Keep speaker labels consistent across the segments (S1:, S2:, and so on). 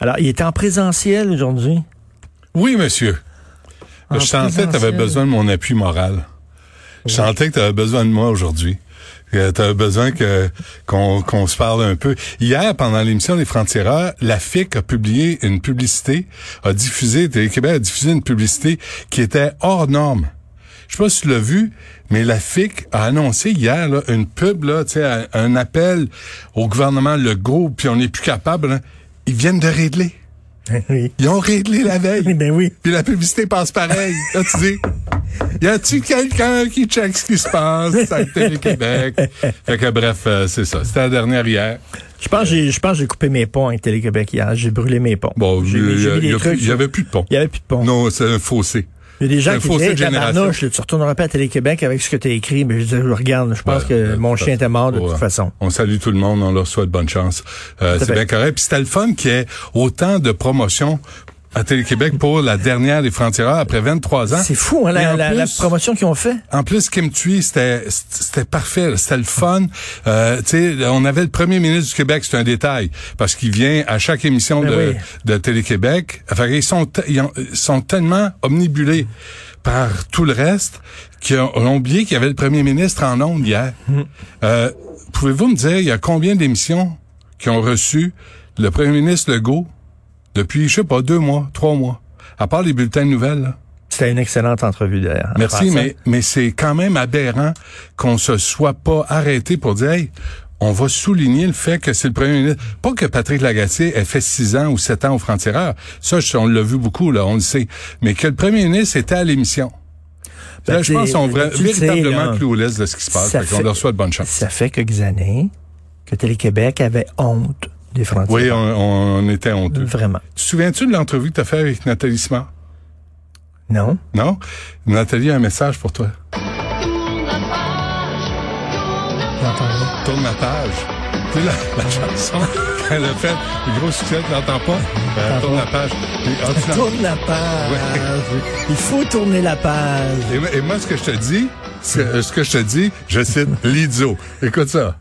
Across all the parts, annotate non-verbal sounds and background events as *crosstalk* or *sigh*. S1: Alors, il était en présentiel aujourd'hui.
S2: Oui, monsieur.
S1: En
S2: Ben, je sentais que tu avais
S1: présentiel.
S2: besoin de mon appui moral. Je sentais que tu avais besoin de moi aujourd'hui. Tu avais besoin que qu'on qu'on se parle un peu. Hier, pendant l'émission Les Frontières, la FIC a publié une publicité, a diffusé, Télé-Québec a diffusé une publicité qui était hors norme. Je sais pas si tu l'as vu, mais la FIC a annoncé hier là, une pub, là, tu sais, un- un appel au gouvernement Legault, puis on n'est plus capable. hein. Ils viennent de régler.
S1: *laughs* oui.
S2: Ils ont réglé la veille.
S1: Ben oui.
S2: Puis la publicité passe pareil. Là, tu dis, y a-tu quelqu'un qui check ce qui se passe à Télé-Québec? Fait que bref, euh, c'est ça. C'était la dernière hier.
S1: Je pense que j'ai- je pense que j'ai coupé mes ponts avec Télé-Québec hier. J'ai brûlé mes ponts.
S2: Bon,
S1: J'ai-
S2: il y,
S1: j'ai
S2: a-
S1: mis des
S2: y a-
S1: trucs
S2: y
S1: sur-
S2: avait plus de pont.
S1: Il y avait plus de ponts.
S2: Non, c'est un fossé.
S1: Il y a des gens
S2: un
S1: qui
S2: fossé
S1: disaient,
S2: de
S1: hey,
S2: génération.
S1: tabarnouche, tu retourneras pas à Télé-Québec avec ce que tu as écrit. Mais je disais, regarde, je pense
S2: Ouais,
S1: que
S2: de
S1: mon
S2: toute
S1: chien était mort Ah, de
S2: Ouais.
S1: toute façon.
S2: On salue tout le monde, on leur souhaite bonne chance. Euh, c'est
S1: fait.
S2: bien correct. Puis c'était le fun qu'il y ait autant de promotions à Télé-Québec pour la dernière des frontières après 23 ans.
S1: C'est fou, hein,
S2: Et
S1: la,
S2: en
S1: la- la
S2: plus-
S1: promotion qu'ils ont fait.
S2: En plus, Kim Thuy, c'était c'était parfait, là. c'était le fun. Euh, tu sais, on avait le premier ministre du Québec, c'est un détail, parce qu'il vient à chaque émission
S1: Ben
S2: de,
S1: oui.
S2: de Télé-Québec. Enfin, ils sont te- ils ont- ils sont tellement omnibulés par tout le reste qu'ils ont, ont oublié qu'il y avait le premier ministre en ondes hier.
S1: Hmm.
S2: Euh, Pouvez-vous me dire, il y a combien d'émissions qui ont reçu le premier ministre Legault depuis, je sais pas, deux mois, trois mois, à part les bulletins de nouvelles, là?
S1: C'était une excellente entrevue d'ailleurs. en
S2: Merci,
S1: passant.
S2: mais, mais c'est quand même aberrant qu'on se soit pas arrêté pour dire, Hey, on va souligner le fait que c'est le premier ministre. Pas que Patrick Lagacé ait fait six ans ou sept ans au Frontières. Ça, je- on l'a vu beaucoup, là, on le sait. Mais que le premier ministre était à l'émission.
S1: Ben,
S2: là, je pense
S1: t'es-
S2: qu'on vra-
S1: tu le sais,
S2: véritablement
S1: là.
S2: plus au lest de ce qui se passe.
S1: Ça
S2: Fait qu'on
S1: fait-
S2: leur souhaite bonne chance.
S1: Ça fait quelques années que Télé-Québec avait honte des Français.
S2: Oui, on, on était honteux.
S1: Vraiment.
S2: Tu te souviens-tu de l'entrevue que tu as fait avec Nathalie Simard?
S1: Non?
S2: Non? Nathalie a un message pour toi. Tourne la page. Tu sais, la, la chanson qu'elle a faite, le gros succès, tu l'entends pas? Euh,
S1: T'entends
S2: tourne
S1: pas.
S2: la page. Et, ah, tu *laughs* l'entends.
S1: Tourne la page. Il faut tourner la page.
S2: Et moi- et moi, ce que je te dis, ce que, ce que je te dis, je cite Lizzo. Écoute ça.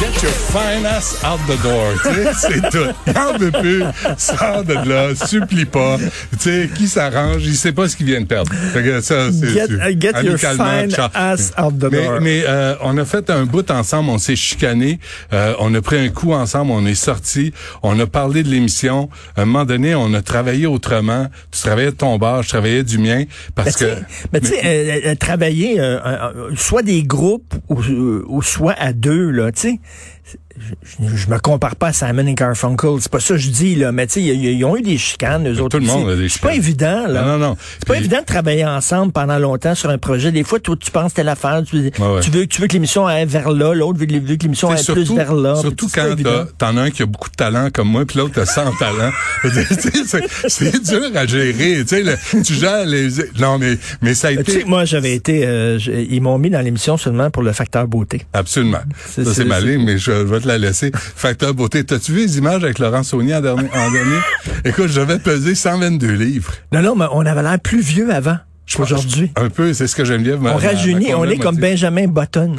S2: Get your fine ass out the door. Tu sais, *laughs* c'est tout. Il en veut plus. Sors de là. Supplie pas. Tu sais, qui s'arrange, il sait pas ce qu'il vient de perdre. Fait que ça, c'est-
S1: Get, uh,
S2: c'est-
S1: get your
S2: amicalement,
S1: fine
S2: ciao.
S1: ass out the
S2: Mais,
S1: door.
S2: mais, euh, on a fait un bout ensemble, on s'est chicané, euh, on a pris un coup ensemble, on est sorti, on a parlé de l'émission. À un moment donné, on a travaillé autrement. Tu travaillais de ton bar, je travaillais du mien,
S1: Ben,
S2: parce
S1: tu sais,
S2: que
S1: ben, tu sais, euh, euh, travailler euh, euh, euh, soit des groupes ou, euh, ou soit à deux, là, tu sais. Je, je- je me compare pas à Simon et Garfunkel, c'est pas ça que je dis, là, mais tu sais, ils- ils ont eu des chicanes, eux autres
S2: tout le
S1: aussi.
S2: monde a des
S1: C'est pas
S2: chicanes.
S1: évident, là.
S2: Non, non, non.
S1: C'est pas
S2: Puis-
S1: évident de travailler ensemble pendant longtemps sur un projet. Des fois, toi, tu penses telle affaire, tu,
S2: ouais.
S1: tu veux, tu veux que l'émission aille vers là, l'autre veut, veut que l'émission
S2: T'sais,
S1: aille plus vers là. puis
S2: Surtout
S1: c'est pas
S2: quand
S1: évident.
S2: t'as- t'en as un qui a beaucoup de talent comme moi, puis l'autre t'as 100 *laughs* talents. T'sais, c'est- c'est dur à gérer. T'sais, le- tu gères les... Non, mais, mais ça a
S1: Euh, Tu sais,
S2: été...
S1: que moi, j'avais été, euh, j'ai- ils m'ont mis dans l'émission seulement pour le facteur beauté.
S2: Absolument.
S1: C'est-
S2: Ça,
S1: c'est-
S2: c'est ma
S1: c'est-
S2: ligne, mais je vais te la laisser. Facteur beauté. T'as-tu vu les images avec Laurent Saunier en dernier? en
S1: *laughs*
S2: dernier? Écoute, j'avais pesé 122 livres.
S1: Non, non, mais on avait l'air plus vieux avant
S2: Ah, Je Ben, pense-
S1: aujourd'hui.
S2: Un peu, c'est ce que Geneviève m'a
S1: On
S2: m'a- m'a
S1: rajeunit, on
S2: convaincu,
S1: est comme Ben.
S2: m'a dit.
S1: Benjamin Button.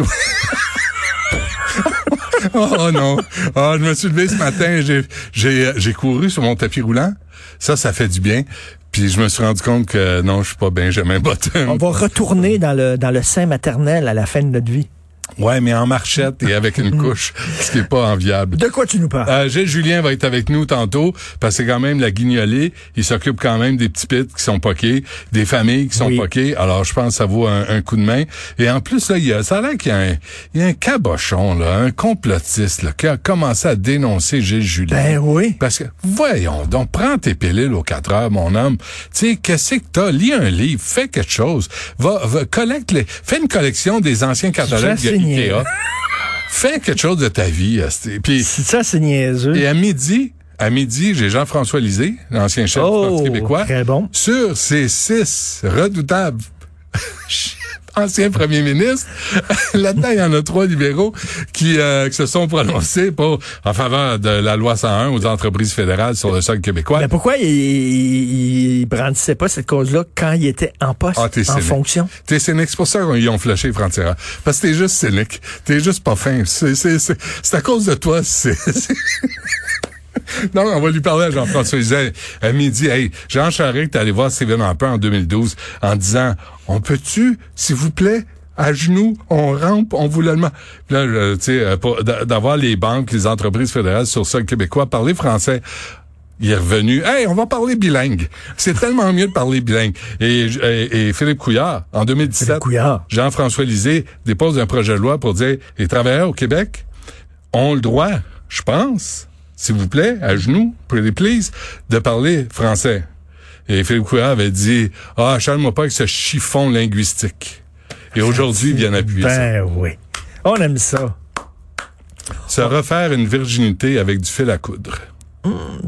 S2: Oh, *laughs* oh non. Oh, je me suis levé ce matin, j'ai j'ai euh, j'ai couru sur mon tapis roulant. Ça ça fait du bien. Puis je me suis rendu compte que non, je suis pas Benjamin
S1: On
S2: Button.
S1: va retourner dans le, dans le sein maternel à la fin de notre vie.
S2: Ouais, mais en marchette et avec une couche, ce qui est pas enviable.
S1: De quoi tu nous parles?
S2: Euh, Gilles Julien va être avec nous tantôt parce que c'est quand même la guignolée. Il s'occupe quand même des petits pits qui sont poqués, des familles qui sont
S1: Oui.
S2: poquées. Alors je pense que ça vaut un, un coup de main. Et en plus là, il y a, ça a l'air qu'il y a un, il y a un cabochon là, un complotiste là, qui a commencé à dénoncer Gilles Julien.
S1: Ben oui.
S2: Parce que, voyons donc, prends tes pilules aux quatre heures, mon homme. Tu sais, qu'est-ce que t'as? Lis un livre, fais quelque chose. Va, va- collecte les, fais une collection des anciens catalogues
S1: Ça, c'est
S2: de
S1: niais.
S2: Ikea. fais quelque chose de ta vie. esti. Puis,
S1: Ça, c'est niaiseux.
S2: et euh, à midi, à midi, j'ai Jean-François Lisée, l'ancien chef
S1: Oh,
S2: du Parti québécois,
S1: très bon.
S2: *laughs* sur ses six redoutables ancien premier ministre. *laughs* Là-dedans, il y en a trois libéraux qui, euh, qui se sont prononcés pour en faveur de la loi 101 aux entreprises fédérales sur le sol québécois.
S1: Mais pourquoi il, il, il brandissait pas cette cause-là quand il était en poste,
S2: Ah, t'es
S1: en
S2: cynique.
S1: fonction?
S2: T'es cynique, c'est pour ça qu'ils ont flashé Frontiera. Parce que t'es juste cynique. T'es juste pas fin. C'est, c'est, c'est, c'est à cause de toi. C'est, c'est- *laughs* Non, on va lui parler à Jean-François Lisée à midi. Hey, Jean Charest est allé voir Stephen Harper en 2012 en disant, on peut-tu, s'il vous plaît, à genoux, on rampe, on vous le demande. Puis Là, euh, tu sais, euh, pour- d'a- d'avoir les banques, les entreprises fédérales sur le sol québécois parler français. Il est revenu. Hey, on va parler bilingue. C'est tellement mieux de parler bilingue. Et, et, et Philippe Couillard, en 2017,
S1: Philippe Couillard.
S2: Jean-François Lisée dépose un projet de loi pour dire les travailleurs au Québec ont le droit, je pense, s'il vous plaît, à genoux, pretty please, de parler français. Et Philippe Couillard avait dit Ah, charle-moi pas avec ce chiffon linguistique. Et aujourd'hui, ils viennent appuyer ça.
S1: Ben oui. On aime ça.
S2: Se refaire une virginité avec du fil à coudre.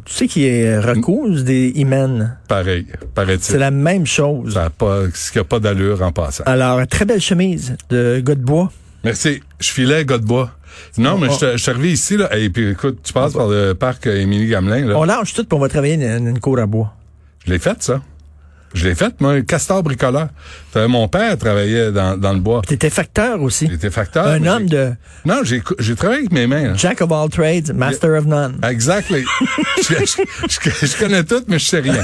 S1: Tu sais qui est recours des Imen?
S2: Pareil,
S1: C'est
S2: paraît-il.
S1: la même chose.
S2: Ça a pas- Ce qui n'a pas d'allure en passant.
S1: Alors, très belle chemise de Godbois.
S2: Merci. Je filais Godbois. Non, mais je te- je suis arrivé ici, là. Et puis, écoute, tu passes par le parc euh, Émilie Gamelin, là.
S1: On lâche tout pour on va travailler dans une, cour à bois.
S2: Je l'ai fait, ça. Je l'ai fait, moi, castor bricoleur. T'as- Mon père travaillait dans, dans le bois.
S1: T'étais facteur aussi.
S2: Il était facteur.
S1: Un
S2: Ah, mais
S1: homme
S2: j'ai-
S1: de
S2: Non, j'ai cou- j'ai travaillé avec mes mains, hein. là.
S1: Jack of all trades, master of none.
S2: Exact. les- Ah, je, je- je- je connais tout, mais je
S1: *laughs*
S2: sais rien.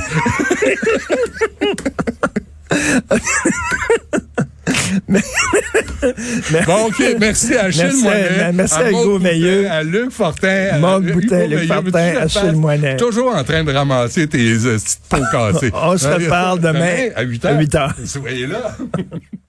S2: bon, OK. Merci à
S1: Merci
S2: Achille
S1: à-
S2: Moinet.
S1: merci à
S2: Maude
S1: Hugo
S2: Boutet,
S1: Meilleux.
S2: À Luc Fortin. à
S1: Maude
S2: Hugo
S1: Boutet, Luc
S2: Meilleux.
S1: Fortin,
S2: Veux-tu que je te
S1: Achille
S2: fasse?
S1: Moinet.
S2: Toujours en train de
S1: *laughs*
S2: ramasser tes euh, petites peaux cassées.
S1: On se reparle demain
S2: à 8 heures.
S1: à 8 heures.
S2: Soyez là.